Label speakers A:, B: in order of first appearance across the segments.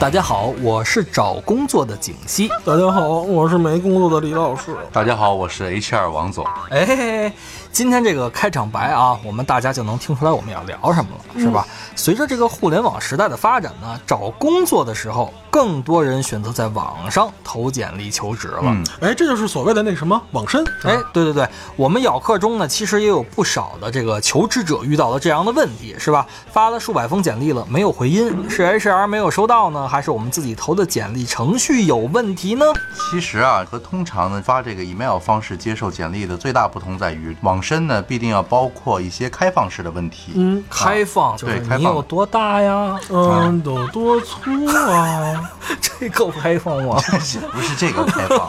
A: 大家好，我是找工作的景熙。
B: 大家好，我是没工作的李老师。
C: 大家好，我是 HR 王总。
A: 哎，今天这个开场白啊，我们大家就能听出来我们要聊什么了，是吧？随着这个互联网时代的发展呢，找工作的时候，更多人选择在网上投简历求职了。
C: 嗯
B: 哎，这就是所谓的那什么网申。
A: 哎，对对对，我们咬客中呢，其实也有不少的这个求职者遇到了这样的问题，是吧？发了数百封简历了，没有回音，是 HR 没有收到呢，还是我们自己投的简历程序有问题呢？
C: 其实啊，和通常的发这个 email 方式接受简历的最大不同在于，网申呢必定要包括一些开放式的问题。
B: 嗯
A: 开放就是
C: 对开
A: 你
C: 放
A: 有多大呀？啊
B: 嗯，有多粗啊？
A: 这够开放 吗？
C: 不是这个开放，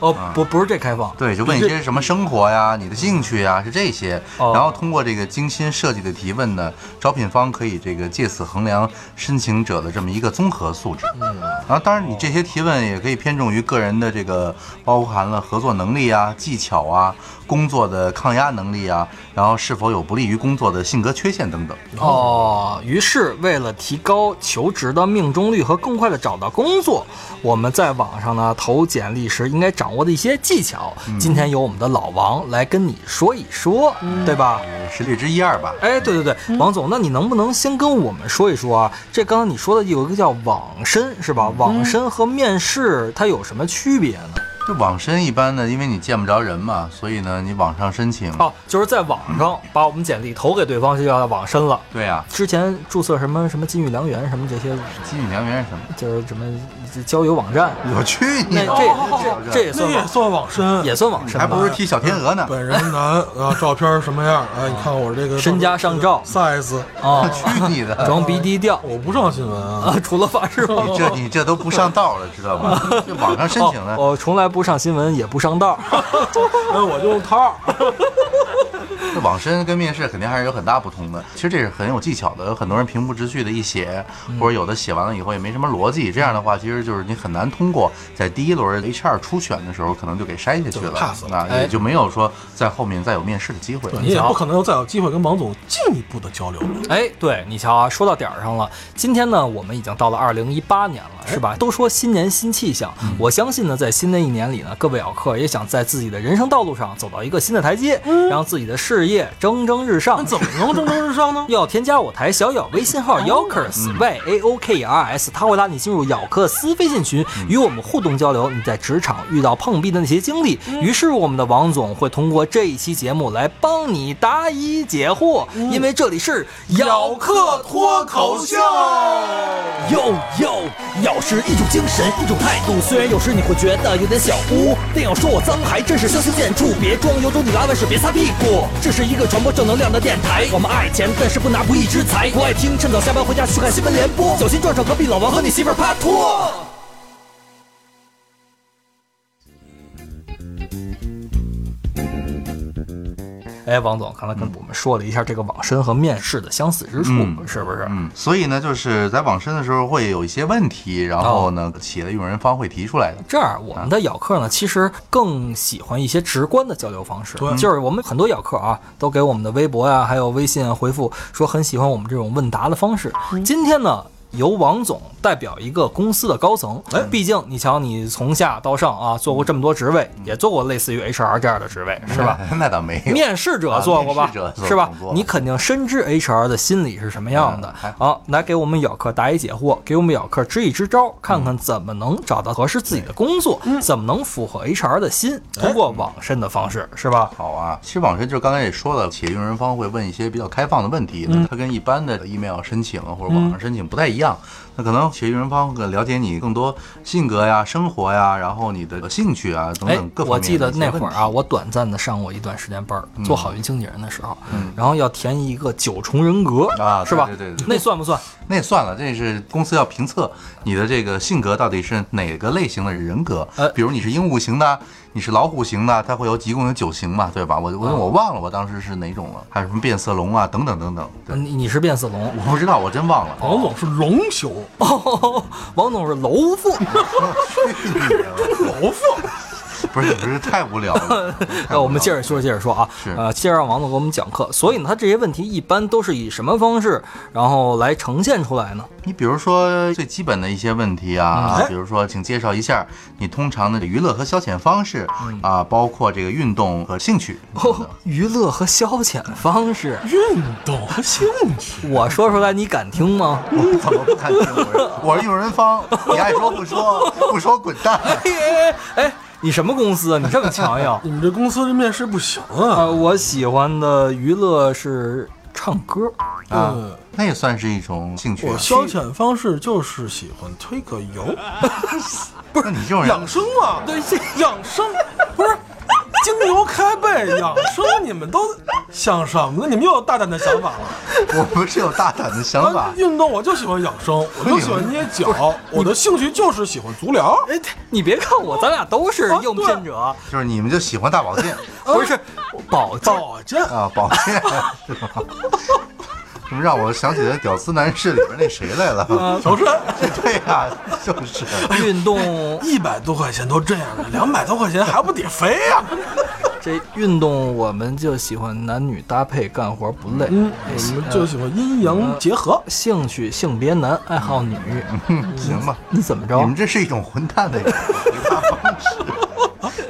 A: 哦，不，不是这开放，
C: 对，就问一些什么生活呀、你的兴趣呀，是这些。
A: 哦
C: 然后通过这个精心设计的提问呢，招聘方可以这个借此衡量申请者的这么一个综合素质。嗯，然后当然你这些提问也可以偏重于个人的这个，包含了合作能力啊、技巧啊、工作的抗压能力啊，然后是否有不利于工作的性格缺陷等等。
A: 哦，于是为了提高求职的命中率和更快的找到工作，我们在网上呢投简历时应该掌握的一些技巧，
C: 嗯
A: 今天由我们的老王来跟你说一说，
C: 嗯
A: 对吧？
C: 十略之一二吧。
A: 嗯哎，对对对，
C: 嗯
A: 王总，那你能不能先跟我们说一说啊？这刚刚你说的有一个叫网申是
C: 嗯
A: 吧？网申和面试它有什么区别呢？
C: 这网申一般呢，因为你见不着人嘛，所以呢，你网上申请。
A: 哦，就是在网上把我们简历投给对方，就叫网申了。
C: 对啊呀、
A: 之前注册什么什么金玉良缘什么这些，
C: 金宇良缘是什么？
A: 就是什么交友网站，
C: 我去你
A: 那
C: 的！
A: 这这这也
B: 那
A: 算
B: 也
A: 网
B: 算网申。啊
A: 也算网申
C: 还不
A: 吧
C: 如？踢小天鹅呢。
B: 本人男啊，照片什么样？哎，你看我这个
A: 身家上照
B: ，size，
A: 啊，
C: 去你的！
A: 装逼低调
B: 我不上新闻啊。
A: 啊，除了发誓吧。
C: 你这你这都不上道了，知道吗？这网上申
A: 哦
C: 请呢，
A: 我从来不上新闻，也不上道。
B: 哎，我就用套。
C: 这网申跟面试肯定还是有很大不同的。其实这是很有技巧的，有很多人平铺直叙的一写，
A: 嗯
C: 或者有的写完了以后也没什么逻辑，这样的话其实就是你很难通过在第一轮 HR 初选的时候可能就给筛下去
B: 就
C: 了，
B: pass 了
C: 那
A: 哎
C: 也就没有说在后面再有面试的机会了。
B: 你哦也不可能再有机会跟王总进一步的交流了。
A: 哎，对你瞧啊，说到点儿上了。今天呢，我们已经到了二零一八年了，
B: 哎
A: 是吧？都说新年新气象，
B: 嗯
A: 我相信呢，在新的一年里呢，各位咬客也想在自己的人生道路上走到一个新的台阶，让自己的事业蒸蒸日上。
B: 嗯怎么能蒸蒸日上呢？ 嗯
A: 要添加我台小咬微信号 yokers y a o k r s，他会拉你进入咬克斯微信群，
B: 嗯
A: 与我们互动交流你在职场遇到碰壁的那些经历。
B: 嗯
A: 于是我们的王总会通过这一期节目来帮你答疑解惑，
B: 嗯
A: 因为这里是咬克脱口秀。
D: 哟哟，咬是一种精神，一种态度。虽然有时你会觉得有点小污，但要说我脏，还真是相形见绌。别装有种，你拉完屎别擦屁股。这是一个传播正能量的电台，我们爱钱，但是不拿不义之财。不爱听，趁早下班回家去看新闻联播，小心撞上隔壁老王和你媳妇儿帕托。
A: 哎，王总刚才跟我们说了一下这个网申和面试的相似之处，
C: 嗯
A: 是不是？
C: 嗯，所以呢，就是在网申的时候会有一些问题，然后呢，
A: 哦
C: 企业的用人方会提出来的。
A: 这样，我们的咬客呢，其实更喜欢一些直观的交流方式。
B: 对
A: 就是我们很多咬客啊，都给我们的微博呀、还有微信啊回复说很喜欢我们这种问答的方式。今天呢，由王总代表一个公司的高层，毕竟你瞧，你从下到上啊，做过这么多职位，也做过类似于 HR 这样的职位，是吧？？
C: 那倒没有。
A: 面试者做过吧
C: 哎啊面试者，做
A: 是吧
C: 工作？
A: 你肯定深知 HR 的心理是什么样的
C: 嗯
A: 啊！来给我们咬客答疑解惑，给我们咬客支一支招，看看怎么能找到合适自己的工作，
C: 嗯
A: 怎么能符合 HR 的心，
C: 哎
A: 通过网申的方式，是吧？
C: 好啊，其实网申就是刚才也说了，企业用人方会问一些比较开放的问
A: 嗯
C: 题，它跟一般的 email 申请或者网上申请不太一样。那可能企业用人方会了解你更多性格呀、生活呀，然后你的兴趣啊等
A: 哎
C: 等各，方
A: 我
C: 面。
A: 记得那会儿，啊，我短暂的上过一段时间班儿，
C: 嗯
A: 做好运经纪人的时候，然后要填一个九重人格
C: 啊
A: 是吧
C: 对对对对？
A: 那算不算？
C: 那算了，这是公司要评测你的这个性格到底是哪个类型的人格。
A: 呃
C: 比如你是鹦鹉型的，你是老虎型的，它会有一共有九型嘛，对吧？我
A: 嗯
C: 我我忘了我当时是哪种了，还有什么变色龙啊等等等等。对，
A: 你你是变色龙，
C: 我不知道，我真忘了。
B: 王总是龙修，
A: 王总是楼父。
C: 去你的！
B: 老凤。
C: 不是不是太无 聊了。太
A: 那
C: 无
A: 我们
C: 聊
A: 接
C: 了
A: 着说，接着说啊
C: 是，
A: 呃，接着让王总给我们讲课。所以呢，他这些问题一般都是以什么方式，然后来呈现出来
B: 嗯
A: 呢？
C: 你比如说最基本的一些问题啊，
A: 嗯哎
C: 比如说，请介绍一下你通常的娱乐和消遣方式、啊，包括这个运动和兴趣等等。
A: 嗯哦，娱乐和消遣方 式，
B: 运动和兴趣，
A: 我说出来你敢听 吗？
C: 我怎么不敢听？我是我是用人方，你爱说不说，不说滚蛋。
A: 哎哎哎，你什么公司啊？你这么强 硬？
B: 你们这公司这面试不行啊！
A: 呃，我喜欢的娱乐是唱歌。
C: 啊
B: 嗯，
C: 那也算是一种兴趣、啊
B: 我。消遣方式就是喜欢推个油，
C: 不是你这种人，
B: 养生嘛，对，养生不是精油开背养生，你们都想什么呢？你们又有大胆的想法了。
C: 我不是有大胆的想法
B: 啊。运动我就喜欢养生，我就喜欢捏脚，我的兴趣就是喜欢足疗。
A: 哎，你别看我，咱俩都是
B: 啊
A: 应聘者，
C: 就是你们就喜欢大保健
A: 不是保健。
B: 保健
C: 啊，保健 是吧？怎么让我想起了《屌丝男士》里边那谁来
A: 啊
C: 了？
B: 乔杉
C: 对呀、就是
A: 运动，
B: 一百多块钱都这样了，两百多块钱还不得飞呀、
A: 这运动我们就喜欢男女搭配干活不累。哎呃
B: 嗯，我们就喜欢阴阳结合。
A: 兴趣性别男，爱好女，
C: 行吧。
A: 你怎么着
C: 嗯你？们这是一种混蛋的一种回答方 式，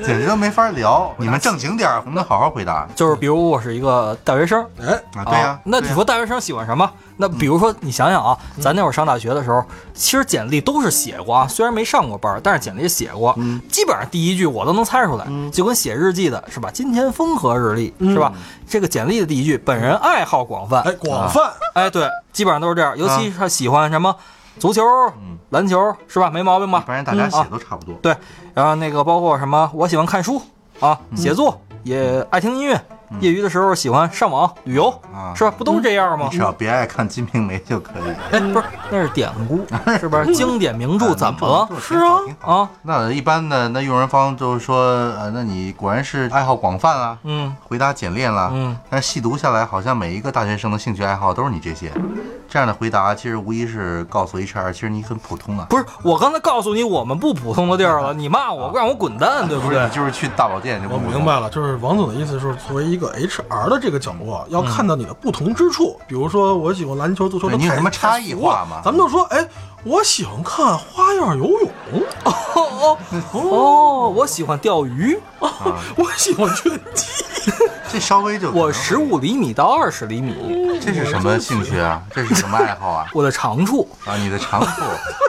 C: 简直都没法聊。你们正经点儿，能不能好好回答啊？
A: 就是比如我是一个大学生，
B: 哎，
C: 对呀、
A: 啊那你
C: 对呀嗯
A: 说大学生喜欢什么？那比如说，你想想啊，咱那会儿上大学的时候，其实简历都是写过啊，虽然没上过班儿，但是简历写过，
C: 嗯
A: 基本上第一句我都能猜出来，就跟写日记的是吧？今天风和日丽
C: 嗯
A: 是吧？这个简历的第一句，本人爱好广泛
B: 哎，，广泛
A: 哎，对，基本上都是这样，尤其
C: 啊
A: 是喜欢什么足球、
C: 嗯
A: 篮球是吧？没毛病吧？
C: 一般人大家
A: 嗯啊
C: 写都差不多。
A: 对，然后那个包括什么，我喜欢看书啊，写作，也爱听音乐，业余的时候喜欢上网旅游，
C: 嗯啊嗯
A: 是吧？不都是这样吗？
C: 只要别爱看《金瓶梅》就可以。
A: 哎，不是，那是典 故，是不是？经典名著怎么了？
C: 是啊，挺好
A: 啊，
C: 那一般的那用人方就是说，呃，那你果然是爱好广泛啊，
A: 嗯，
C: 回答简练了，
A: 嗯，
C: 但是细读下来，好像每一个大学生的兴趣爱好都是你这些，这样的回答其实无疑是告诉 HR，其实你很普通啊，
A: 不是，我刚才告诉你我们不普通的地儿了，你骂我，让我滚蛋，对不
C: 不是
A: 对
C: 你？啊就是去大保健就不
B: 我
C: 普通
B: 明白了，就是王总的意思是，作为一个 HR 的这个角度啊，要看到你的不同之处。比如说，我喜欢篮球、足球，
C: 对你有什么差异化吗
B: 嘛？咱们就说，哎，我喜欢看花样游泳，
A: 哦哦哦，我喜欢钓鱼，
C: 啊
B: 我喜欢拳击，
C: 这稍微就可能
A: 我十五厘米到二十厘米，
C: 这是什么兴趣啊？这是什么爱好啊？
A: 我的长处，
C: 啊，你的 长处，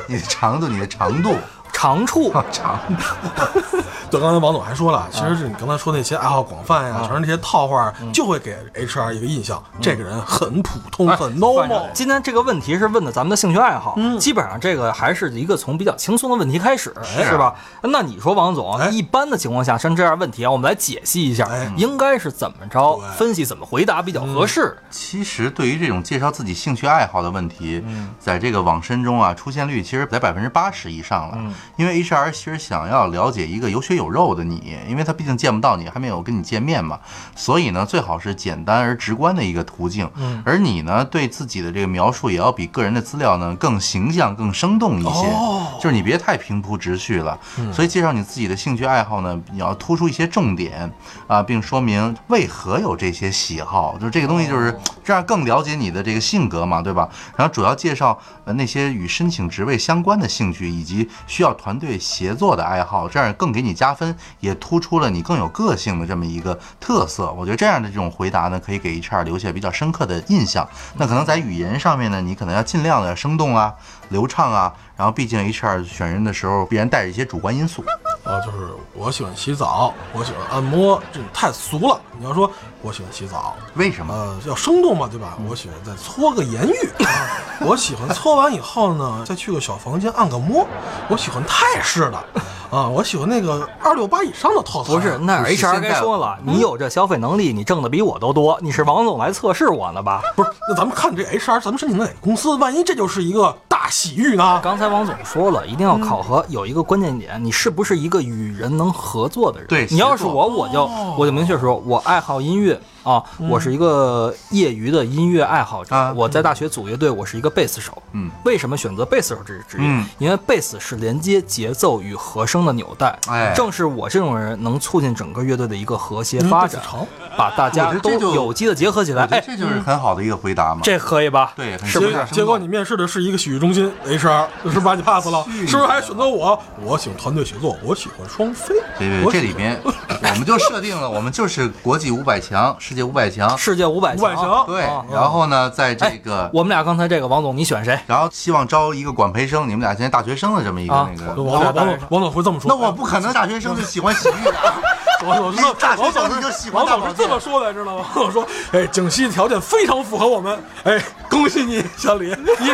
C: 你的长度，你的长度，
A: 长处
C: 啊，长度，
B: 对，刚才王总还说
C: 嗯
B: 了，其实是你刚才说那些爱好广泛呀，全是这些套话，
C: 嗯
B: 就会给 HR 一个印象，这个人很普 通，
C: 哎
B: 很 normal。
A: 今天这个问题是问的咱们的兴趣爱好，基本上这个还是一个从比较轻松的问题开始，是吧？那你说王总，
B: 哎
A: 一般的情况下，像这样问题啊，我们来解析一下，
B: 哎
A: 应该是怎么着
B: 对
A: 分析，怎么回答比较合适？
C: 其实对于这种介绍自己兴趣爱好的问题，在这个网申中啊，出现率其实在百分之八十以上了。因为 HR 其实想要了解一个有血有肉的你，因为他毕竟见不到你，还没有跟你见面嘛，所以呢，最好是简单而直观的一个途径。而你呢，对自己的这个描述也要比个人的资料呢更形象、更生动一些。
B: 哦
C: 就是你别太平铺直叙了。所以介绍你自己的兴趣爱好呢，你要突出一些重点啊，并说明为何有这些喜好。就是这个东西，就是这样更了解你的这个性格嘛，对吧？然后主要介绍呃那些与申请职位相关的兴趣，以及需要团队协作的爱好，这样更给你加分，也突出了你更有个性的这么一个特色。我觉得这样的这种回答呢，可以给 HR 留下比较深刻的印象。那可能在语言上面呢，你可能要尽量的生动啊、流畅啊。然后，毕竟 HR 选人的时候必然带着一些主观因素。
B: 啊，就是我喜欢洗澡，我喜欢按摩，这太俗了。你要说我喜欢洗澡，
C: 为什么？
B: 呃，要生动嘛，对
A: 嗯
B: 吧？我喜欢再搓个盐 浴，啊、我喜欢搓完以后呢，再去个小房间按个摩。我喜欢泰式的，啊，我喜欢那个二六八以上的套餐。
A: 嗯不是，那
C: 不是
A: HR
C: 现在
A: 该说了，你有这消费能力，你挣的比我都多，你是王总来测试我呢吧？
B: 不是，那咱们看这 HR，咱们申请的哪个公司？万一这就是一个大洗浴啊呢？
A: 刚才王总说了，一定要考核有一个关键点，你是不是一个与人能合作的人？
C: 对
A: 你要是
C: 协作嗯
A: 我，我就我就明确说，我爱好音乐，啊，我是一个业余的音乐爱好者
C: 啊，
A: 我在大学组乐队，我是一个贝斯手。
C: 嗯，
A: 为什么选择贝斯手这个职业
C: 嗯？
A: 因为贝斯是连接节奏与和声的纽带
C: 哎，
A: 正是我这种人能促进整个乐队的一个和谐发展
B: 嗯贝斯潮，
A: 把大
C: 我
A: 家
C: 觉得
A: 都
C: 这就
A: 有机的结合起来。
C: 我觉得
A: 哎，
C: 这就是很好的一个回答嘛。
A: 这可以吧？
C: 对，很
A: 是不
C: 形
A: 是？
C: 象生
B: 结果
C: 动
B: 你面试的是一个洗浴中心 HR，就是把你 pass 了，
A: 啊
C: 去
B: 是不是还选择我？我喜欢团队协作，我喜欢双飞。
C: 对对，
B: 我
C: 对
B: 喜
C: 这里边我们就设定了，我们就是国际五百强，世界五百强。
A: 世界五百
B: 五百强，
C: 对，然后呢，在这
A: 哎
C: 个，，
A: 我们俩刚才这个王总，你选谁？
C: 然后希望招一个管培生，你们俩现在大学生的这么一个
A: 啊
C: 那个，
B: 王总，王总，王总会这么说。
C: 那我不可能大学生就喜欢喜剧的啊。
B: 王总是
A: 哎
B: 这么
C: 大学
B: 王
C: 生
B: 总
C: 你就是喜
B: 王
C: 欢大
B: 总是
C: 保
B: 这
C: 健
B: 么说来，知道吗？王 总说，哎，景熙的条件非常符合我们，哎，恭喜你，小 李，你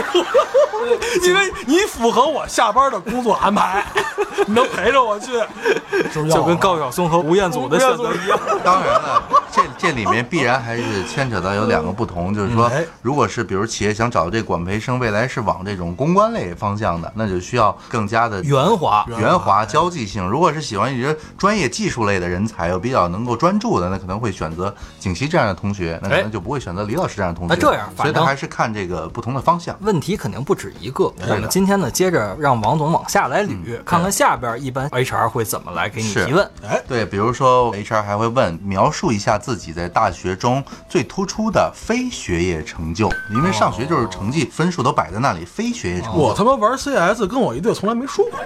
B: 因为你符合我下班的工作安排， 你能陪着我去，就
A: 就啊跟高晓松和吴彦祖的选择一样。
C: 当然了，这这里面必然还是牵扯到有两个不同，就是说
B: 嗯哎，
C: 如果是比如企业想找这管培生，未来是往这种公关类方向的，那就需要更加的
A: 圆滑，
C: 圆滑交际性。如果是喜欢一些专业技术类的人才，又比较能够专注的，那可能会选择景熙这样的同学，那可
A: 哎
C: 能就不会选择李老师这样的同学。
A: 那这样反
C: 所以他
A: 正
C: 还是看这个不同的方向。
A: 问题肯定不止一个。
C: 的
A: 我们今天呢，接着让王总往下来
B: 嗯
A: 捋，看看下边一般 HR 会怎么来给你
C: 是
A: 提问。
B: 哎
C: 对，比如说 HR 还会问描述一下自己在大学中最突出的非学业成就，因为上学就是成
A: 哦
C: 绩分数都摆在那里，非学业成就。
B: 我他妈玩 CS 跟我一队从来没输过，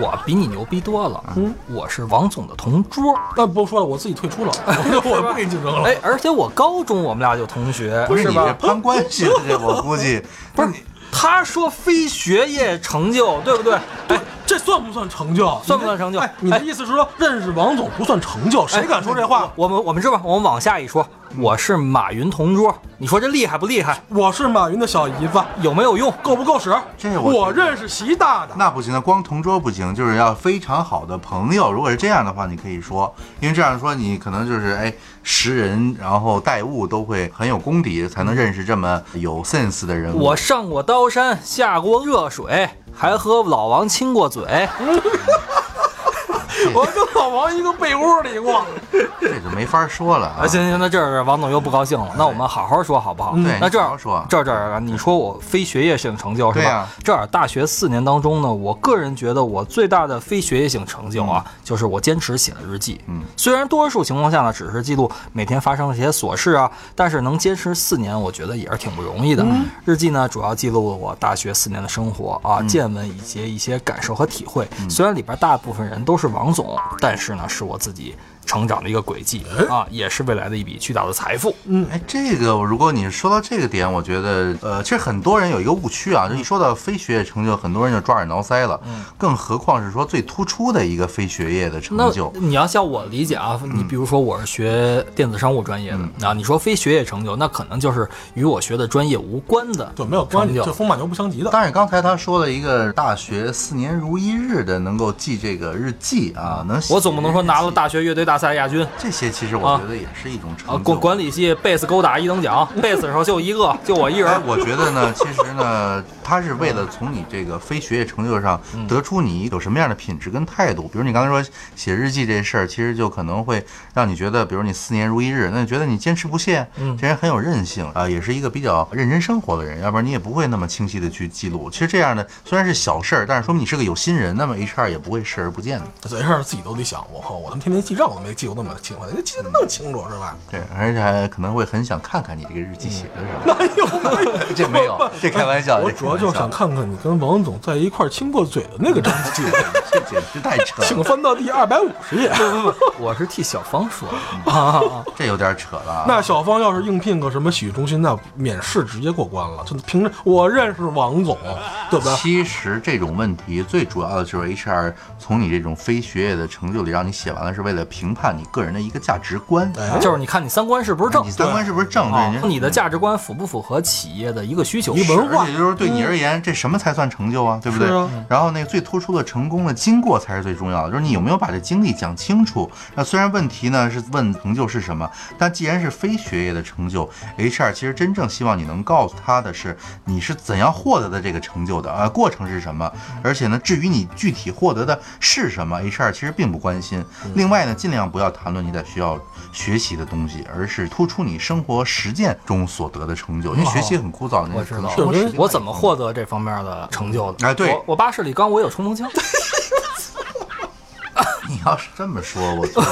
A: 我比你牛逼多了，
B: 嗯
A: 我是王总的同桌。
B: 那不说了，我自己退出 了，我不跟你竞争了。
A: 哎，而且我高中我们俩有同学，
C: 不是你这
A: 吧？
C: 攀关系，这我 估计
A: 不是，他说非学业成就，对不对？
B: 对，这算不算成就？
A: 算不算成就
B: 哎，你的
A: 哎
B: 意思是说认识王总不算成就？谁敢说这话？嗯
A: 我们我们这吧，我们往下一说，我是马云同桌，你说这厉害不厉害？
B: 我是马云的小姨子，
A: 有没有用？
B: 够不够使？
C: 这我
B: 我认识习大大。
C: 那不行，那光同桌不行，就是要非常好的朋友。如果是这样的话，你可以说，因为这样说你可能就是哎识人，然后待物都会很有功底，才能认识这么有 sense 的人物。
A: 我上过刀山，下过热水，还和老王亲过嘴。
C: 嗯
B: 我跟老王一个被窝里过，
C: 这就没法说了啊
A: 啊，。行行，那这儿王总又不高兴了。那我们好好说好不好？
C: 对
A: 那这
C: 你嗯好
A: 儿
C: 好说
A: 这儿这儿，啊你说我非学业性成就是
C: 对
A: 吧
C: 呀？
A: 这儿大学四年当中呢，我个人觉得我最大的非学业性成就
C: 嗯
A: 啊，就是我坚持写了日记。嗯，虽然多数情况下呢，只是记录每天发生的一些琐事啊，但是能坚持四年，我觉得也是挺不容易的。日记呢，主要记录了我大学四年的生活
C: 嗯
A: 啊、见闻以及一些感受和体会。虽然里边大部分人都是王总，但是呢，是我自己。成长的一个轨迹啊，也是未来的一笔巨大的财富。
C: 哎，这个如果你说到这个点，我觉得，呃，其实很多人有一个误区啊，就一说到非学业成就，很多人就抓耳挠腮了，
A: 嗯
C: 更何况是说最突出的一个非学业的
A: 那
C: 成就。嗯
A: 你要像我理解啊，你比如说我是学电子商务专业的啊，你说非学业成就，那可能就是与我学的专业无关的
B: 对，没有关系，
A: 成
B: 这
A: 就。
B: 风马牛不相及的。
C: 但是刚才他说了一个大学四年如一日的能够记这个日记啊，能写
A: 我总不能说拿了大学乐队大赛亚军
C: 这些，其实我觉得也是一种成
A: 啊，
C: 就。
A: 管管理系贝斯勾打一等 奖，贝斯手就一个，就我一
C: 哎，
A: 人。
C: 我觉得呢，其实呢，他是为了从你这个非学业成就上得出你有什么样的品质跟态度。比如你刚才说写日记这事儿，其实就可能会让你觉得，比如你四年如一日，那你觉得你坚持不懈，这人很有韧性啊、也是一个比较认真生活的人，要不然你也不会那么清晰的去记录。其实这样呢，虽然是小事儿，但是说明你是个有心人，那么 HR 也不会视而不见的。
B: 这事儿自己都得想，我靠，我他妈天天记账，我都没记过那么清楚，那记得那么清楚是吧？
C: 对，而且还可能会很想看看你这个日记写的什么。
B: 哎呦，哎呦
C: 这没有，这开玩笑。
B: 我
C: 这
B: 主要就是
C: 开
B: 想
C: 玩笑，
B: 看看你跟王总在一块儿亲过嘴的那个章 节，
C: 这简直太扯了，
B: 请翻到第二百五十
C: 啊
B: 页。
A: 我是替小芳说的，嗯
C: 这有点扯了啊。
B: 那小芳要是应聘个什么洗浴中心，那免试直接过关了。就凭着我认识王总，对吧？
C: 其实这种问题最主要的就是 HR 从你这种非学业的成就里让你写完了，是为了评判你个人的一个价值观。
B: 哎
A: 啊就是你看你三观是不是正
C: 哎你，三观是不是正？
A: 啊
C: 嗯对，人，家
A: 你的价值观符不符合企业的一个需求？
B: 一文化
C: 而且就是对你而言，这什么才算成就啊？对不对
B: 嗯是啊？
C: 然后那个最突出的成功的经过才是最重要的，就是你有没有把这经历讲清楚。那虽然问题呢是问成就是什么，但既然是非学业的成就，HR 其实真正希望你能告诉他的是你是怎样获得的这个成就楚的啊，过程是什么，
B: 嗯
C: 而且呢，至于你具体获得的是什么，HR 其实并不关心。
B: 嗯
C: 另外呢，尽量不要谈论你在学校学习的东西，而是突出你生活实践中所得的成就，因为学
B: 哦
C: 习很枯燥，
A: 我
C: 你
A: 知
C: 嗯可能
A: 道
C: 生活是另外一
A: 我怎么
C: 方面
A: 获得这方面的成就的。
C: 哎对
A: 我我爸是李刚，我有冲锋枪。
C: 你要是这么说，我觉得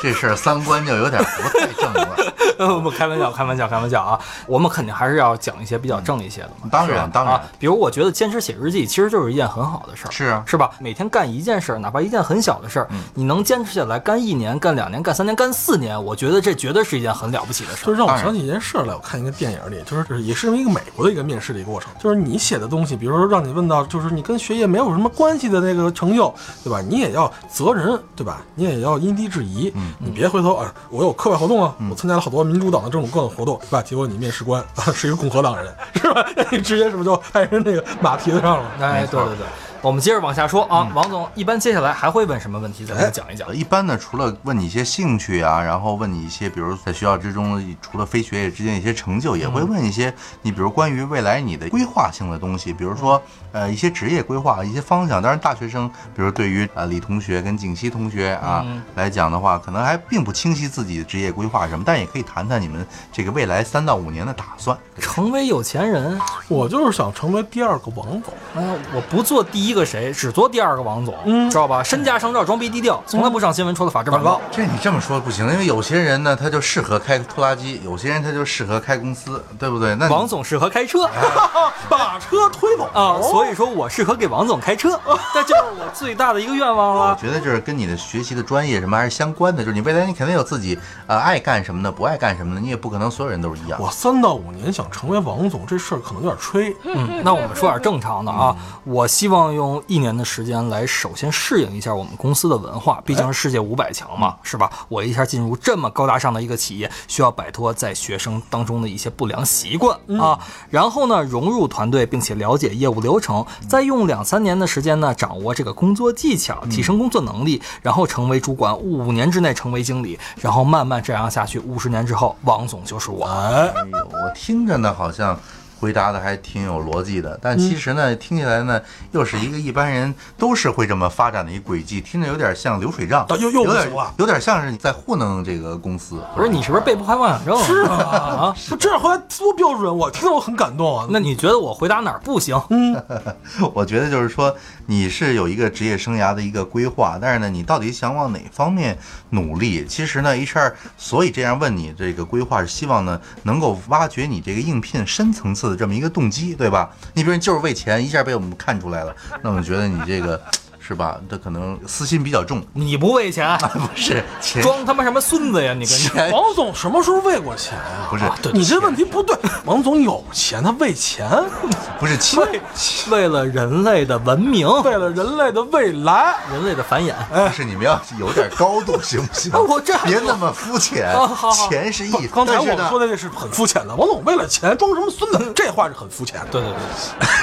C: 这事儿三观就有点不太正了。
A: 我们开玩笑，开玩笑，开玩笑啊！我们肯定还是要讲一些比较正一些的嘛。
C: 嗯当
A: 是吧
C: 然，当然
A: 啊，，比如我觉得坚持写日记其实就是一件很好的事儿，
C: 是啊嗯
A: 是吧？每天干一件事儿，哪怕一件很小的事儿，你能坚持下来，干一年、干两年、干三年、干四年，我觉得这绝对是一件很了不起的事
B: 就
A: 儿。
B: 是让我
C: 当然
B: 想起一件事儿来，我看一个电影里，就是就是也是一个美国的一个面试的一个过程，就是你写的东西，比如说让你问到就是你跟学业没有什么关系的那个成就，对吧？你也要责人，对吧？你也要因地制宜，
C: 嗯
B: 你别回头啊，我有课外活动啊，我参加了好多民主党的这种各种活动，对吧？结果你面试官啊是一个共和党人，是吧？ 你直接是不是就拍人那个马蹄子上了？
A: 哎，
C: 没
A: 对
C: 错嗯
A: 对对，我们接着往下说啊。王总，一般接下来还会问什么问题？
C: 哎
A: 咱们再讲一讲。
C: 呃一般呢，除了问你一些兴趣啊，然后问你一些，比如在学校之中，除了非学业之间一些成就，也会问一些你，比如关于未来你的规划性的东西，比如说呃一些职业规划、一些方向。当然，大学生，比如对于呃李同学跟景熙同学啊、来讲的话，可能还并不清晰自己的职业规划什么，但也可以谈谈你们这个未来三到五年的打算。
A: 成为有钱人，
B: 我就是想成为第二个王总，
A: 哎呀，我不做第一个谁，只做第二个王总，
C: 嗯
A: 知道吧？身价上照，装逼低调，从来不上新闻，除了法制晚报。
C: 这你这么说不行，因为有些人呢，他就适合开拖拉机，有些人他就适合开公司，对不 对？那你
A: 王总适合开车。
B: 把车推走
A: 啊，所以说我适合给王总开车，那就是我最大的一个愿望
C: 我
A: 了。
C: 觉得就是跟你的学习的专业什么还是相关的，就是你未来你肯定有自己呃爱干什么的，不爱干什么的，你也不可能所有人都是一样。
B: 我三到五年想成为王总这事儿可能有点吹，
A: 嗯，那我们说点正常的啊，我希望用一年的时间来首先适应一下我们公司的文化，毕竟是世界五百强嘛，是吧？我一下进入这么高大上的一个企业，需要摆脱在学生当中的一些不良习惯啊，然后呢，融入团队，并且了解业务流程，再用两三年的时间呢，掌握这个工作技巧，提升工作能力，然后成为主管，五年之内成为经理，然后慢慢这样下去，五十年之后，王总就是我。
B: 哎，
C: 哎呦，我听着呢，好像回答的还挺有逻辑的，但其实呢，听起来呢，又是一个一般人都是会这么发展的一轨迹，听着有点像流水账
B: 啊，又又
C: 有
B: 不
C: 点
B: 行了
C: 有点像是你在糊弄这个公司。
A: 不是你是不是被迫害妄想症？是啊，
B: 他这样回来多标准，我听了我很感动啊。
A: 那你觉得我回答哪儿不行？
C: 我觉得就是说，你是有一个职业生涯的一个规划，但是呢，你到底想往哪方面努力？其实呢，HR 所以这样问你这个规划，是希望呢能够挖掘你这个应聘深层次的这么一个动机，对吧？你比如你就是为钱，一下被我们看出来了，那我们觉得你这个是吧？这可能私心比较重，
A: 你不为钱，啊
C: 不是钱。
A: 装他妈什么孙子呀？你跟你
C: 钱
B: 王总什么时候为过钱啊？
C: 不是
B: 啊你这问题不对。王总有钱，他为钱，
C: 不是钱，
B: 为
A: 为了人类的文明，
B: 为了人类的未来。
A: 人类的繁衍。
C: 不是你们要有点高度行 不行？
A: 我这
C: 别那么肤浅
A: 哦好好，
C: 钱是一方面。
B: 刚才
C: 但是呢
B: 我说的这是很肤浅的，王总为了钱装什么孙子，这话是很肤浅的。
A: 对对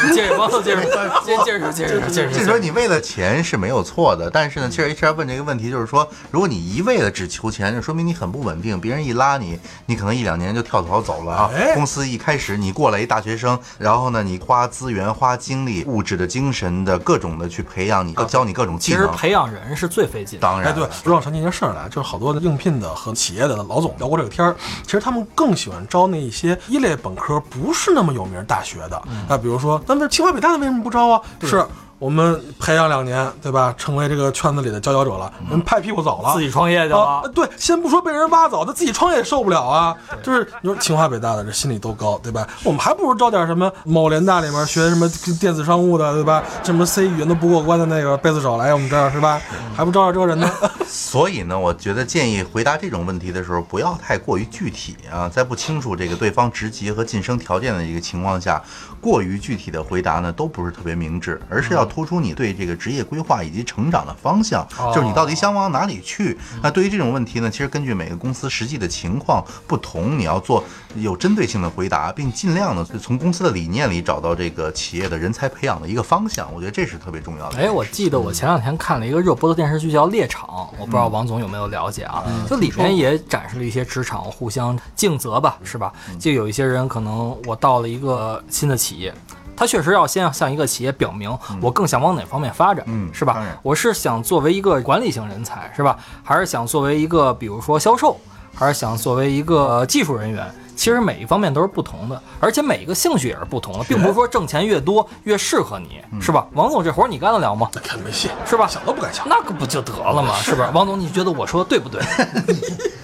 A: 对，接着王总接着接接着接着接着
C: 这
A: 接
C: 时候
A: 着。
C: 你为了钱是没有错的，但是呢，其实 HR 问这个问题就是说，如果你一味的只求钱，就说明你很不稳定。别人一拉你，你可能一两年就跳槽走了啊。
B: 哎
C: 公司一开始你过来一大学生，然后呢，你花资源、花精力、物质的、精神的各种的去培养你，教你各种技
A: 其实
C: 能。
A: 培养人是最费劲的。
C: 当然
B: 哎，
C: 了，
B: 对，说让想起一件事儿来，就是好多的应聘的和企业的老总聊过这个天儿。其实他们更喜欢招那一些一类本科不是那么有名大学的，
C: 嗯
B: 那、比如说，那么清华北大的为什么不招啊？是我们培养两年，对吧？成为这个圈子里的佼佼者了，
C: 嗯
B: 人拍屁股走了，
A: 自己创业去了
B: 啊对，先不说被人挖走，他自己创业也受不了啊。就是你说清华北大的这心理都高，对吧？我们还不如招点什么某联大里面学什么电子商务的，对吧？什么 C 语言都不过关的那个贝斯手来我们这儿，是吧？还不招点这个人 呢？
C: 所以呢，我觉得建议回答这种问题的时候，不要太过于具体啊，在不清楚这个对方职级和晋升条件的一个情况下，过于具体的回答呢，都不是特别明智，而是要突出你对这个职业规划以及成长的方向，
A: 哦
C: 就是你到底想往哪里去。那对于这种问题呢，其实根据每个公司实际的情况不同，你要做有针对性的回答，并尽量呢从公司的理念里找到这个企业的人才培养的一个方向。我觉得这是特别重要的。
A: 哎，我记得我前两天看了一个热播的电视剧叫《猎场》，我不知道王总有没有了解啊？就里面也展示了一些职场互相竞责吧，是吧？就有一些人可能我到了一个新的企业。他确实要先向一个企业表明我更想往哪方面发展，
C: 嗯
A: 是
C: 当
A: 吧
C: 然？
A: 我是想作为一个管理型人才，是吧？还是想作为一个比如说销售，还是想作为一个呃技术人员？其实每一方面都是不同的，而且每一个兴趣也是不同的，并不是说挣钱越多越适合你，是吧？王总，这活儿你干得了吗？
B: 那肯没戏，
A: 是吧？
B: 想都不敢想。
A: 那可不就得了吗？是不是？王总，你觉得我说的对 不对？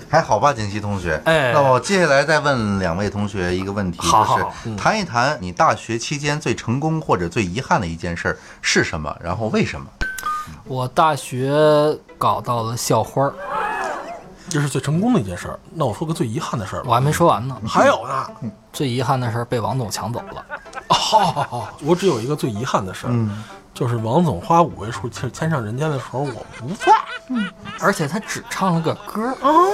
C: 还好吧，景琦同学。
A: 哎
C: 那我接下来再问两位同学一个问题，
A: 好好好嗯
C: 就是谈一谈你大学期间最成功或者最遗憾的一件事儿是什么，然后为什么？
A: 我大学搞到了校花儿，
B: 这是最成功的一件事儿。那我说个最遗憾的事儿吧，
A: 我还没说完呢。
B: 还有呢，
A: 最遗憾的是被王总抢走了。
B: 哦，我只有一个最遗憾的事儿，
A: 嗯
B: 就是王总花五位数签签上人家的时候，我不在。
A: 而且他只唱了个歌。
B: 哦
A: 儿。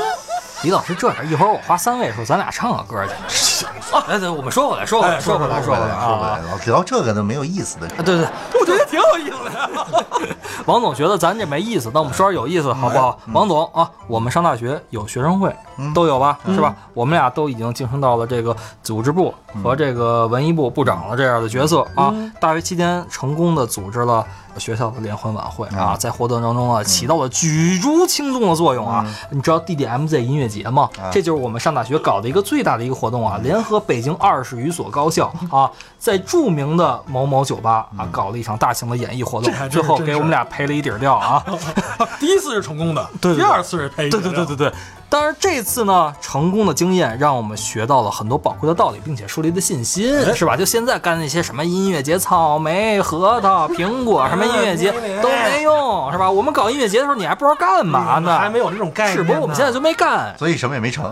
A: 李老师，这样一会儿我花三位数，咱俩唱个歌儿去。哎，对，我们说回来，说回来，
B: 哎
A: 说回来，说
C: 说回
A: 回
C: 来
A: 来，
C: 说回
A: 啊！
C: 来，老聊这个都没有意思的事
A: 啊，。对对，
B: 我觉得挺有意思的呀。
A: 王总觉得咱这没意思，那我们说点有意思的好不好？
B: 嗯
A: 王总啊，我们上大学有学生会，都有吧，是吧？
B: 嗯
A: 我们俩都已经晋升到了这个组织部和这个文艺部部长了这样的角色啊。
B: 嗯
A: 大学期间成功的组织了学校的联欢晚会
B: 嗯
A: 啊，在活动当中啊起到了举足轻重的作用啊。
B: 嗯
A: 你知道 DDMZ 音乐节吗？这就是我们上大学搞的一个最大的一个活动啊，联合北京二十余所高校啊，在著名的某某酒吧啊搞了一场大型的演艺活动
B: 嗯这还，真
A: 最
B: 是
A: 后
B: 真
A: 给我
B: 事儿
A: 们俩赔了一底儿掉 啊。
B: 第一次是成功的，
A: 对对对
B: 第二次是配。
A: 对对对对对。当然，这次呢，成功的经验让我们学到了很多宝贵的道理，并且树立了信心，
B: 哎
A: 是吧？就现在干那些什么音乐节、草莓、核桃、苹果什么音乐节
B: 哎
A: 都没用，是吧？我们搞音乐节的时候，你还不知道干嘛呢，
B: 嗯还没有这种概念
A: 是
B: 呢。
A: 不是？我们现在就没干，
C: 所以什么也 没成。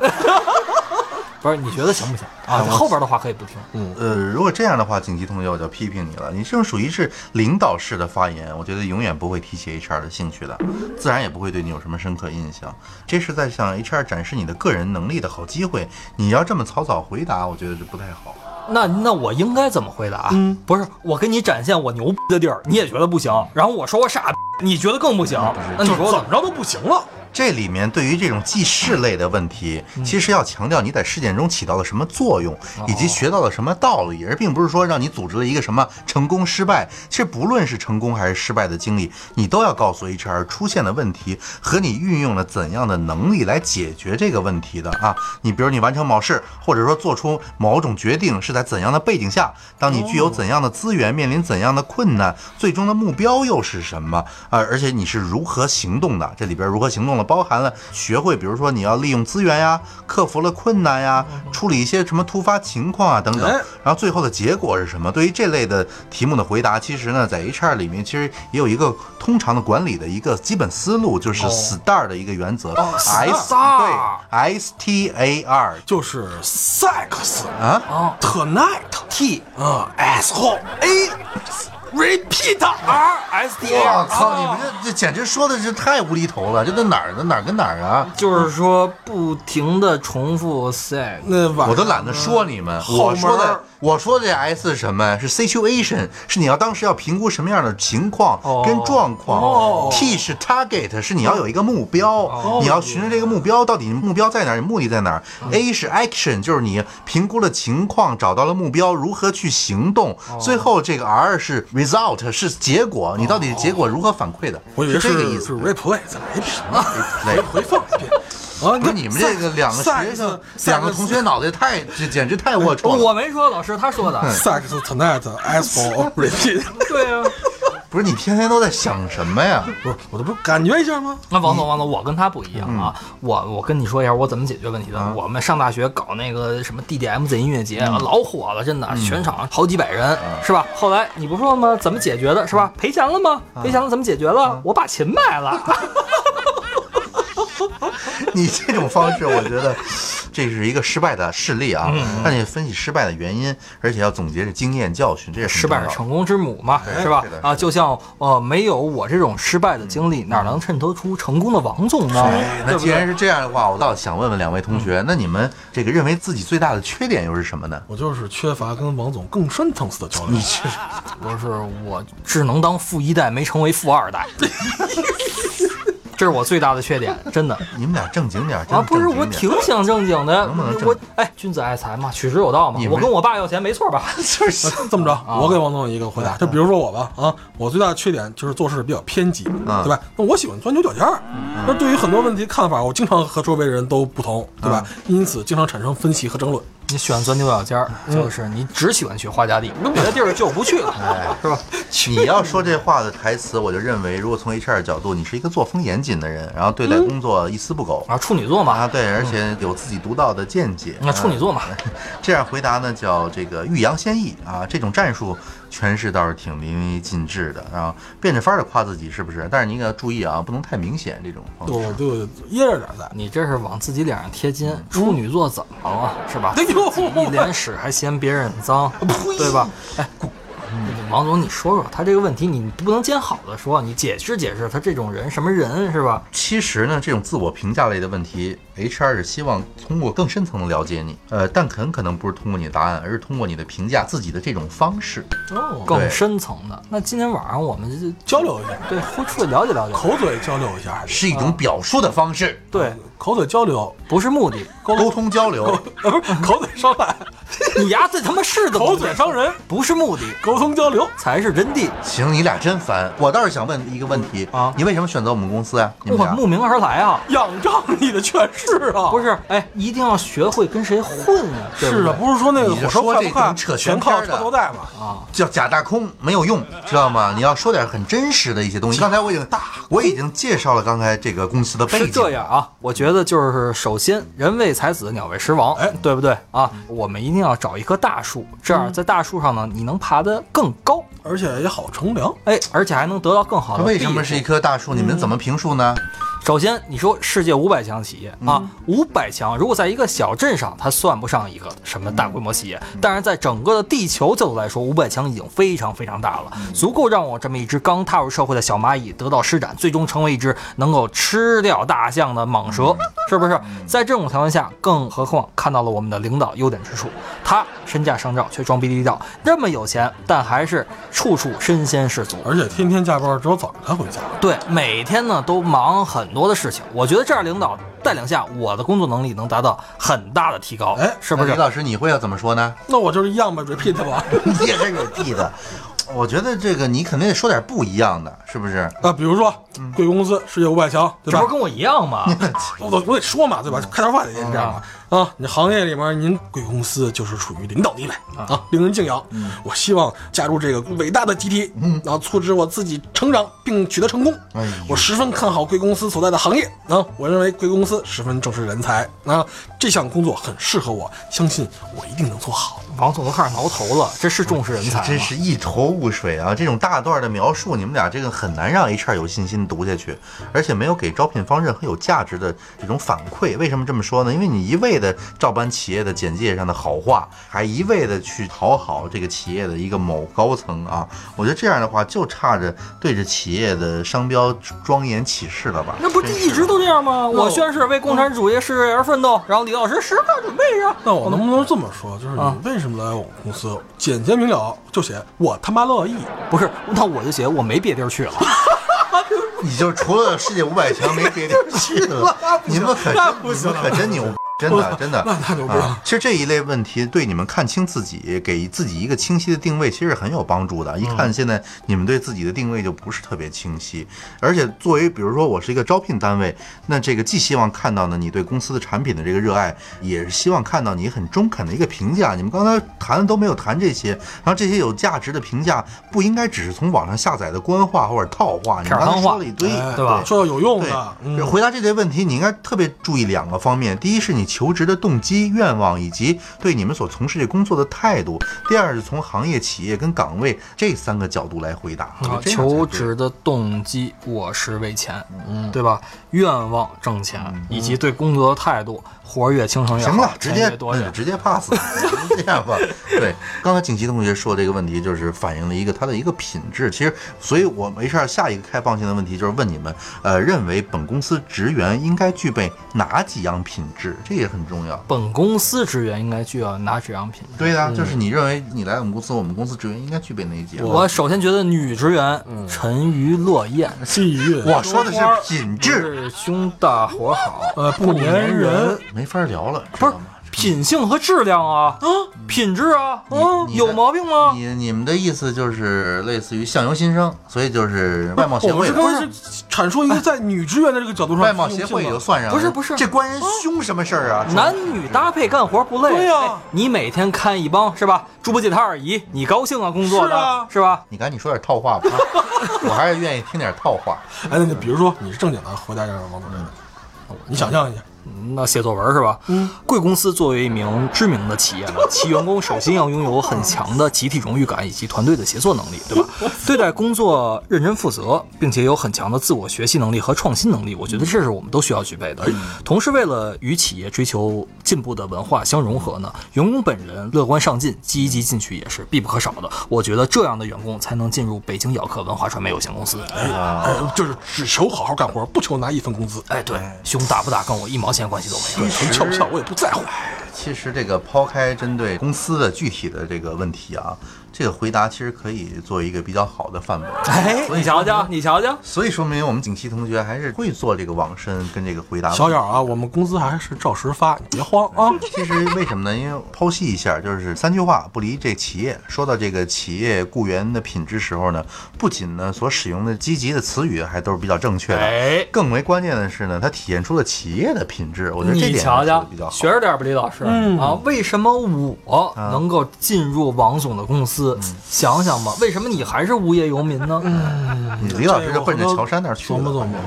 A: 不是？你觉得行不行啊？后边的话可以不听。
C: 呃，如果这样的话，景琦同学，我就批评你了。你这种属于是领导式的发言，我觉得永远不会提起 HR 的兴趣的，自然也不会对你有什么深刻印象。这是在向 HR 展示你的个人能力的好机会。你要这么草草回答，我觉得这不太好。
A: 那那我应该怎么回答？嗯，不是，我跟你展现我牛逼的地儿，你也觉得不行，然后我说我傻逼，你觉得更不行，那你
B: 嗯就是
A: 说我
B: 怎
A: 怎么
B: 么？着都不行了。
C: 这里面对于这种记事类的问题，其实要强调你在事件中起到了什么作用，以及学到了什么道理，而并不是说让你组织了一个什么成功失败。其实不论是成功还是失败的经历，你都要告诉 HR 出现的问题和你运用了怎样的能力来解决这个问题的啊。你比如你完成某事，或者说做出某种决定是在怎样的背景下，当你具有怎样的资源，面临怎样的困难，最终的目标又是什么啊？而且你是如何行动的？这里边如何行动了，包含了学会，比如说你要利用资源呀，克服了困难呀，处理一些什么突发情况啊等等
B: 哎。
C: 然后最后的结果是什么？对于这类的题目的回答，其实呢，在 HR 里面其实也有一个通常的管理的一个基本思路，就是 STAR 的一个原则。S 对 S T A R
B: 就是 sex
C: 啊。
B: 啊，tonight t 啊 s h o a repeat r s d
C: 我
B: r。
C: 操！你们
B: 哦
C: 这这简直说的是太无厘头了，这都哪儿的哪儿跟哪儿啊？
A: 就是说不停的重复 sex。
B: 那晚
C: 我都懒得说你们，
B: 嗯后
C: 我说
B: 门
C: 的
B: 儿
C: 我说的这 S 是什么？是 situation，是你要当时要评估什么样的情况
A: 哦
C: 跟状况。
B: 哦
C: T 是 target，是你要有一个目标，你要循着这个目标，到底你目标在哪儿，你目的在哪儿？A
B: 嗯
C: 是 action，就是你评估了情况，找到了目标，如何去行动。
B: 哦
C: 最后这个 R 是 result，是结果，你到底结果如何反馈的？
B: 我以为
C: 是这个意
B: 是
C: 思。
B: replay，怎么没什么
C: 来
B: 回放一遍啊？
C: 不是你们这个两个 学生，两个同学脑袋太，这简直太龌龊了。
A: 我没说，老师他说的。
C: 嗯
B: sex tonight s for repeat，
A: 对啊，
C: 不是你天天都在想什么呀？
B: 不是我这不是感觉一下吗？
A: 那王总，王总，我跟他不一样啊。
C: 嗯
A: 我我跟你说一下，我怎么解决问题的。我们上大学搞那个什么 DDMZ 音乐节，
C: 嗯
A: 老火了，真的，全场好几百人，是吧？后来你不说吗？怎么解决的？是
C: 嗯
A: 吧？赔钱了吗？赔钱了怎么解决了？我把琴卖了。
C: 你这种方式，我觉得这是一个失败的事例啊。
A: 嗯
C: 那你分析失败的原因，而且要总结这经验教训，这是很
A: 失败是
C: 重要的
A: 成功之母嘛，是吧
C: 哎是的？
A: 啊，就像呃，没有我这种失败的经历，哪能衬托出成功的王总呢？
C: 哎那既然是这样的话，我倒想问问两位同
A: 嗯
C: 学，那你们这个认为自己最大的缺点又是什么呢？
B: 我就是缺乏跟王总更深层次的交流。你这
A: 不是我只能当富一代，没成为富二代。 这是我最大的缺点，真的。
C: 你们俩正经点儿，真
A: 啊，
C: 的
A: 不是，
C: 正经
A: 我
C: 点儿
A: 挺想正经的，
C: 能不能正
A: 我哎，君子爱财嘛，取之有道嘛
C: 你。们
A: 我跟我爸要钱没错 吧？
C: 就是
B: 啊这么着，我给王总一个回答，就比如说我吧，啊，我最大的缺点就是做事比较偏激，
C: 嗯
B: 对吧？那我喜欢钻牛角尖儿，那对于很多问题看法，我经常和周围人都不同，对吧？因此经常产生分歧和争论。
A: 你喜欢钻牛角尖儿，就是你只喜欢去花家地，嗯别的地儿就不去 了。
C: 哎，是吧？你要说这话的台词，我就认为，如果从 HR 角度，你是一个作风严谨的人，然后对待工作一丝不苟、
A: 嗯啊，处女座嘛
C: 啊，，对，而且有自己独到的见解。啊
A: 那处女座嘛，
C: 这样回答呢，叫这个欲扬先抑啊，这种战术诠释倒是挺淋漓尽致的啊，变着法儿的夸自己是不是？但是你也要注意啊，不能太明显这种方式。
B: 我就掖着点儿在。
A: 你这是往自己脸上贴金。处女座怎么了？是吧？
B: 哎呦
A: 一脸屎还嫌别人 脏，对吧？哎，嗯王总，你说说他这个问题，你不能见好的说，你解释解释他这种人什么人是吧？
C: 其实呢，这种自我评价类的问题，HR 是希望通过更深层的了解你，呃，但很可能不是通过你的答案，而是通过你的评价自己的这种方式。
B: 哦
A: 更
C: 对
A: 深层的。那今天晚上我们就
B: 交流一下，
A: 对会出去了解了解，
B: 口嘴交流一下，
C: 是一种表述的方式，
A: 对，
B: 口嘴交流，
A: 不是 目的。
C: 沟通交流。
B: 呃，不是口嘴商谈，
A: 你丫这他妈是的
B: 口嘴伤人，
A: 不是目的，
B: 沟通交流。
A: 才是真谛。
C: 行，你俩真烦。我倒是想问一个问题
A: 啊
C: 你为什么选择我们公司啊？你们
A: 我
C: 俩
A: 慕名而来啊！
B: 仰仗你的权势啊！
A: 不是，哎，一定要学会跟谁混啊！对
B: 是
A: 不
B: 啊，
A: 对
B: 不是说那个
C: 你这
B: 火车
C: 说
B: 快
C: 这
B: 不快
C: 跟扯
B: 全
C: 闲
B: 靠
C: 篇儿
B: 车
C: 的
B: 头带嘛。
C: 叫假大空没有用，知道吗？你要说点很真实的一些东西。刚才我已经大，我已经介绍了刚才这个公司的背景。
A: 是这样啊，我觉得就是首先人为财死，鸟为食亡，
B: 哎
A: 对不对啊？我们一定要找一棵大树，这样在大树上呢，你能爬得更高，
B: 而且也好乘凉。
A: 哎，而且还能得到更好的。
C: 它啊为什么是一？棵大树？你
A: 嗯
C: 们怎么评述呢？
A: 首先，你说世界五百强企业啊，五百强如果在一个小镇上，它算不上一个什么大规模企业，但是在整个的地球角度来说，五百强已经非常非常大了，足够让我这么一只刚踏入社会的小蚂蚁得到施展，最终成为一只能够吃掉大象的蟒蛇，是不是？在这种条件下，更何况看到了我们的领导优点之处，他身价上照却装逼地道，那么有钱，但还是处处身先士卒，
B: 而且天天加班，只有早上才回家。
A: 对，每天呢都忙很多的事情。我觉得这样领导带领下，我的工作能力能达到很大的提高，
B: 哎
A: 是不
C: 那
A: 是
C: 李？老师，你会要怎么说呢？
B: 那我就是一样吧，repeat 吧。
C: 也是有地的。我觉得这个你肯定得说点不一样的，是不是？
B: 啊，比如说贵公司世界五百强，对
A: 这不
B: 吧嗯
A: 是？跟我一样 吗？
B: 我得我得说嘛，对吧？开头话得先这样嘛。啊，你行业里面，您贵公司就是处于领导地位啊，令人敬仰。我希望加入这个伟大的集体，然后促使我自己成长并取得成功
C: 哎呦。
B: 我十分看好贵公司所在的行业啊，我认为贵公司十分重视人才啊，这项工作很适合我，相信我一定能做好。
A: 王总都开始挠头了，这是重视人才吗？
C: 真是一头雾水啊！这种大段的描述，你们俩这个很难让 HR 有信心读下去，而且没有给招聘方任何有价值的这种反馈。为什么这么说呢？因为你一味的照搬企业的简介上的好话，还一味的去讨好这个企业的一个某高层啊，我觉得这样的话就差着对着企业的商标庄严起誓了吧？
A: 那不一直都这样吗？我宣誓为共产主义事业而奋斗，然后李老师时刻准备 着。
B: 那我能不能这么说？就是
A: 啊
B: 你为什么来我们公司？简洁明了，就写我他妈乐意。
A: 不是，那我就写我没别地儿去了。
C: 你就除了世界五百强没别的去了，你们可真你们可真牛，真的真的，
B: 那那牛逼了
C: 啊！其实这一类问题对你们看清自己，给自己一个清晰的定位，其实很有帮助的。一看现在你们对自己的定位就不是特别清晰，而且作为比如说我是一个招聘单位，那这个既希望看到呢你对公司的产品的这个热爱，也是希望看到你很中肯的一个评价。你们刚才谈的都没有谈这些，然后这些有价值的评价不应该只是从网上下载的官话或者套话，你们刚才说了一
B: 哎
C: 堆。
A: 对吧
B: 说到有用
C: 对
B: 的，，嗯
C: 这回答这类问题，你应该特别注意两个方面：第一是你求职的动机、愿望，以及对你们所从事这工作的态度；第二是从行业、企业跟岗位这三个角度来回答。我觉
A: 啊
C: 得，这样才
A: 求
C: 对
A: 职的动机我是为钱，嗯，对吧？愿望挣钱，以及对工作的态度，活儿越轻松越好，
C: 嗯行了，直
A: 钱
C: 接嗯
A: 越多
C: 那
A: 越
C: 就直接 pass，就这样吧。 对，刚才景琦同学说这个问题，就是反映了一个他的一个品质。其实，所以我没事儿，下一个开放性的问题就是问你们，呃，认为本公司职员应该具备哪几样品质？这也很重要。
A: 本公司职员应该具有拿职样品质。
C: 对呀、啊就是你认为你来我们公司，我们公司职员应该具备那一节。
A: 我首先觉得女职员
C: 嗯
A: 沉鱼落雁，
B: 季运，
C: 我说的是品
A: 是
C: 质，
A: 兄大伙好，
B: 呃，不粘人，
C: 没法聊了，知
A: 不
C: 道
A: 是
C: 吗？
A: 品性和质量啊，嗯，品质啊，嗯，
C: 你的
A: 有毛病吗？
C: 你你们的意思就是类似于相由心生，所以就是外貌协
B: 我们是
C: 会了。
B: 刚才是阐述一个在女职员的这个角度上，
C: 外貌协会也就算上了，
A: 不是不是哦
C: 这关人凶什么事儿啊？
A: 男女搭配干活不累，
B: 对呀
A: 哎你每天看一帮是吧？猪八戒他二姨，你高兴啊，工作
B: 是啊
A: 的是吧？
C: 你赶紧说点套话 吧，我还是愿意听点套话。
B: 哎，那你比如说你是正经的回答一下王主任，
C: 嗯
B: 你想象一下，
A: 那写作文是吧？嗯，贵公司作为一名知名的企 业呢，其员工首先要拥有很强的集体荣誉感以及团队的协作能力，对吧？ 对待工作认真负责，并且有很强的自我学习能力和创新能力，我觉得这是我们都需要具备的。同时，为了与企业追求进步的文化相融合呢，员工本人乐观上进、积极进取也是必不可少的。我觉得这样的员工才能进入北京咬客文化传媒有限公司。
C: 啊
B: 哎就是只求好好干活，不求拿一分工资，
A: 哎，对，胸打不打跟我一毛钱关系都没有。
B: 成翘不翘我也不在乎。
C: 其实这个抛开针对公司的具体的这个问题啊，这个回答其实可以做一个比较好的范本。
A: 哎，你瞧瞧，你瞧瞧。
C: 所以说明我们景琦同学还是会做这个网申跟这个回答。
B: 小眼儿啊，我们工资还是照实发，你别慌 啊。
C: 其实为什么呢？因为剖析一下，就是三句话不离这企业。说到这个企业雇员的品质时候呢，不仅呢所使用的积极的词语还都是比较正确的，
A: 哎
C: 更为关键的是呢，它体现出了企业的品质。我觉得这
A: 你
C: 点
A: 瞧
C: 说
A: 瞧
C: 得比较，好啊
A: 学。着点吧，李老师、啊！为什么我能够进入王总的公司？
C: 嗯
A: 想想吧，为什么你还是无业游民呢？
C: 你李老师就奔着乔杉那儿去
B: 琢磨琢
C: 了，
B: 磨，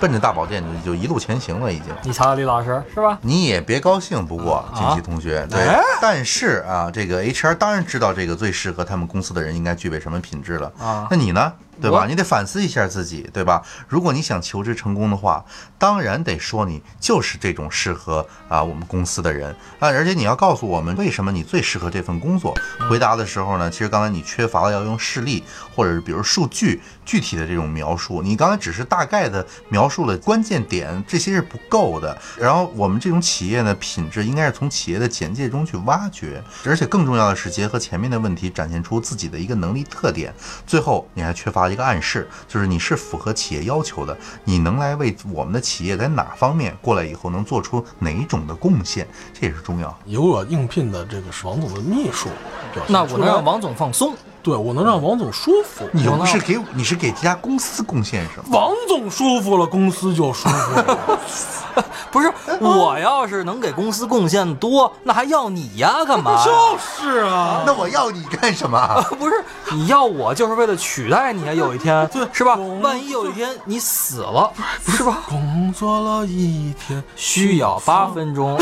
C: 奔着大保健就就一路前行了，已经。
A: 你瞧瞧，李老师是吧？
C: 你也别高兴，不过
A: 啊
C: 锦旗同学，对，
A: 哎
C: 但是啊，这个 HR 当然知道这个最适合他们公司的人应该具备什么品质了
A: 啊
C: 那你呢？对
A: 我
C: 吧？你得反思一下自己，对吧？如果你想求职成功的话，当然得说你就是这种适合啊我们公司的人啊，而且你要告诉我们为什么你最适合这份工作。
A: 嗯
C: 回答的时候呢，其实刚才你缺乏了要用事例或者是比如数据具体的这种描述，你刚才只是大概的描述了关键点，这些是不够的。然后我们这种企业呢，品质应该是从企业的简介中去挖掘，而且更重要的是结合前面的问题，展现出自己的一个能力特点。最后你还缺乏一个暗示，就是你是符合企业要求的，你能来为我们的企业在哪方面过来以后能做出哪种的贡献，这也是重要。
B: 由我应聘的这个是王总的秘书，表现
A: 那
B: 出
A: 我能
B: 来
A: 让王总放松，
B: 对我能让王总舒服，
C: 你又不是给你是给这家公司贡献什么？
B: 王总舒服了，公司就舒服了。
A: 不是我要是能给公司贡献多，那还要你呀？干嘛呀？
B: 就是啊，
C: 那我要你干什么？
A: 不是你要我就是为了取代你啊？有一天是吧
B: 我？
A: 万一有一天你死了，是吧？
B: 工作了一天，
A: 需要八分钟，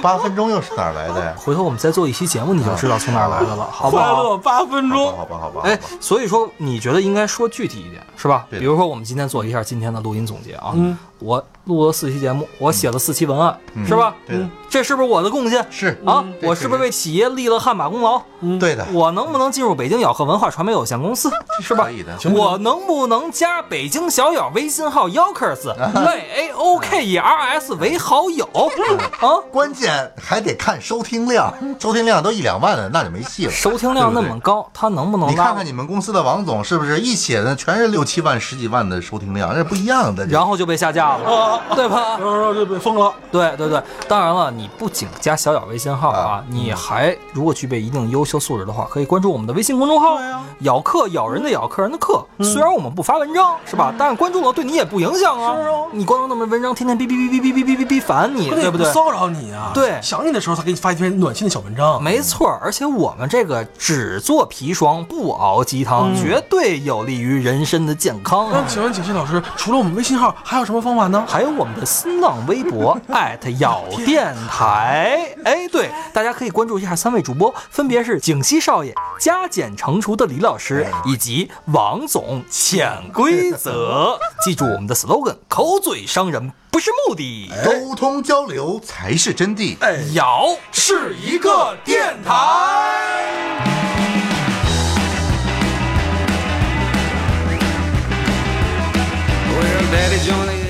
C: 八分钟又是哪儿来的呀？
A: 回头我们再做一期节目，你就知道从哪儿来的了，好不
B: 快
A: 好？
B: 乐八分
C: 好吧，
B: 钟。
C: 好吧，好吧。好
A: 哎
C: 吧，
A: 所以说你觉得应该说具体一点，是吧？
C: 对
A: 比
C: 的嗯
A: 如说我们今天做一下今天的录音总结啊，我录了四期节目，我写了四期文案，是吧？嗯
C: 嗯对的嗯
A: 这是不是我的贡献？
C: 是
A: 啊，
C: 这
A: 我是不是为企业立了汗马功劳？
C: 嗯
B: 嗯
C: 对的？
A: 我能不能进入北京咬客文化传媒有限公司？是吧
C: 可以的？
A: 我能不能加北京小咬微信号 yokers
C: 啊
A: 类 a o k e r s 为好友
C: 嗯
A: 啊？
C: 关键还得看收听 量，收听量都一两万了，那就没戏了。
A: 收听量那么高，他能不能
C: 你
A: 拉
C: 看看你们公司的王总是不是一写的全是六七万、十几万的收听量，那不一样的。
A: 然后就被下架 了，对吧？
B: 啊然后就被封了，
A: 对对对，当然了，你不仅加小咬微信号啊
C: 啊，
A: 你还如果具备一定优秀素质的话，可以关注我们的微信公众号“咬客咬人的咬客人的客”。虽然我们不发文章，是吧？但是关注了对你也不影响啊。你光有那么文章，天天哔哔哔哔哔哔哔哔烦你，
B: 关键
A: 对
B: 也
A: 不对？
B: 骚扰你啊！
A: 对
B: 想你的时候才给你发一篇暖心的小文章。
A: 没错儿，而且我们这个只做砒霜不熬鸡汤，绝对有利于人参的健康啊
B: 那。请问景琦老师，除了我们微信号，还有什么方法呢？
A: 还有我们的新浪微博艾特咬电台。哎，对，大家可以关注一下三位主播，分别是景熙少爷、加减乘除的李老师以及王总潜规则。记住我们的 slogan：口嘴伤人不是目的，
C: 沟通交流才是真谛。
A: 哎咬。
B: 是一个电台。
E: Well, Daddy Johnny.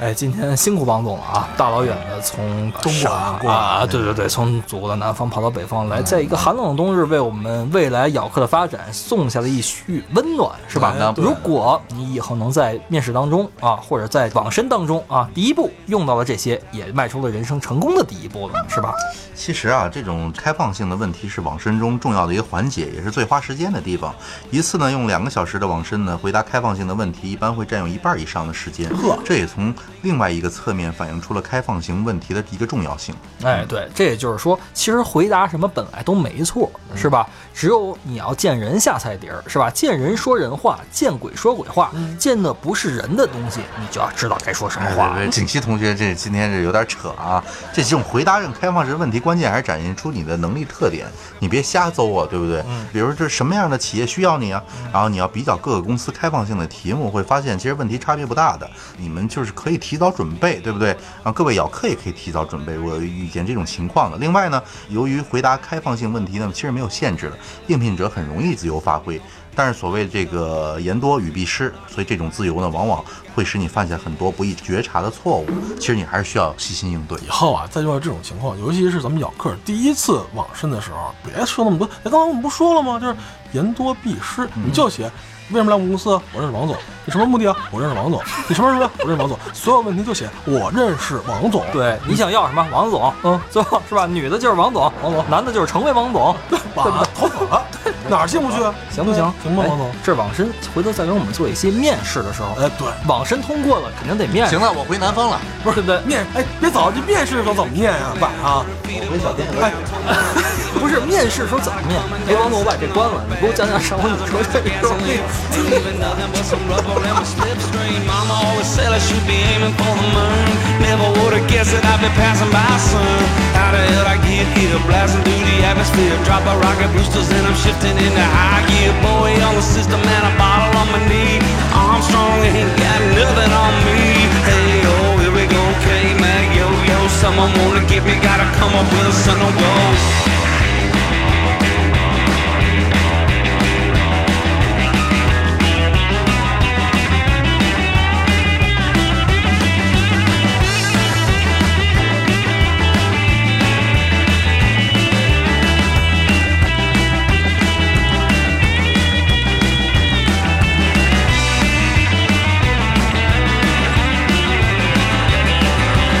A: 哎，今天辛苦王总了啊，大老远的从东莞过嗯啊，对对对，从祖国的南方跑到北方来，在一个寒冷的冬日，为我们未来咬客的发展送下了一许温暖，是吧
C: 那？不
A: 如果你以后能在面试当中啊，或者在网申当中啊，第一步用到了这些，也迈出了人生成功的第一步了，是吧？
C: 其实啊，这种开放性的问题是网申中重要的一个环节，也是最花时间的地方。一次呢，用两个小时的网申呢，回答开放性的问题，一般会占用一半以上的时间。这也从另外一个侧面反映出了开放型问题的一个重要性。
A: 哎，对，这也就是说，其实回答什么本来都没错，是吧？只有你要见人下菜碟儿，是吧？见人说人话，见鬼说鬼话，见的不是人的东西，你就要知道该说什么话。啊
C: 哎景熙同学，这今天这有点扯啊！这几种回答这种开放式问题，关键还是展现出你的能力特点，你别瞎诌啊，对不对？
A: 嗯
C: 比如这什么样的企业需要你啊？然后你要比较各个公司开放性的题目，会发现其实问题差别不大的，你们就是可以提早准备，对不对？啊，各位咬客也可以提早准备，我遇见这种情况了。另外呢，由于回答开放性问题呢，其实没有限制的，应聘者很容易自由发挥。但是所谓这个言多语必失，所以这种自由呢，往往会使你犯下很多不易觉察的错误。其实你还是需要细心应对。
B: 以后啊，再遇到这种情况，尤其是咱们咬客第一次网申的时候，别说那么多。哎，刚才我们不说了吗？就是言多必失，
A: 嗯
B: 你就写为什么来我们公司？我认识王总。你什么目的啊？我认识王总。你什么什么？我认识王总。所有问题就写我认识王总。
A: 对，你想要什么，王总，嗯，最后是吧？女的就是王总，王总，男的就是成为王总，
B: 把头粉了， 哪儿进不去？啊
A: 行不行？
B: 行吧，
A: 哎
B: 王总。
A: 这网申回头再给我们做一些面试的时候，呃
B: 哎，对，
A: 网申通过了，肯定得面试，
C: 行了，我回南方了。
A: 不是对不 对？
B: 面哎，别早，这面试的时候怎么面呀、晚哎啊？
C: 我回小店来。
A: 不是面试的时候怎么面？哎，王总，我把这关了，你给我讲讲上回你说这个
E: Ain't even nothing but some rubber and we slipstream. Mama always said I should be aiming for the moon. Never would've guessed that I'd be passing by soon. How the hell I get here? Blasting through the atmosphere. Drop a rocket boosters and I'm shifting into high gear. Boy on the system and a bottle on my knee. Armstrong ain't got nothing on me. Hey, oh, here we go, K-Mac, yo, yo. Someone wanna get me, gotta come up with a son of woe.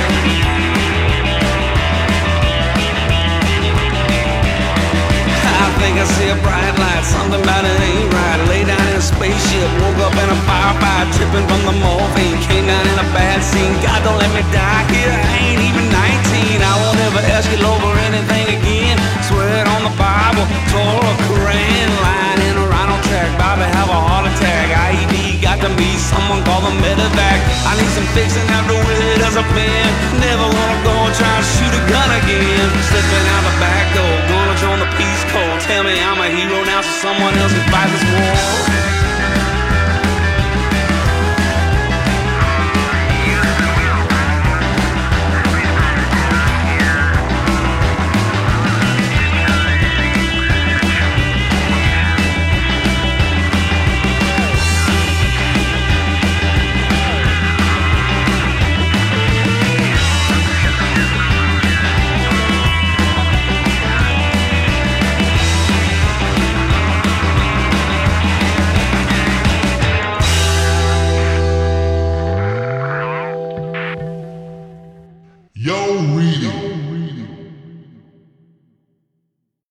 E: I think I see a bright light, something about it ain't right. Lay down in a spaceship, woke up in a firefight, tripping from the morphine. Came down in a bad scene, God don't let me die here. I ain't even 19, I won't ever ask you over anything again. Swear it on the Bible, Torah, Koran, lying in a rhino track. Bobby have a heart attack, IED got to be someone call the medevac. I need some fixing after with it as a fan. Never wanna go and try and shoot a gun again. Slipping out the back door, gonna join the peace corps. Tell me I'm a hero now, so someone else can fight this war.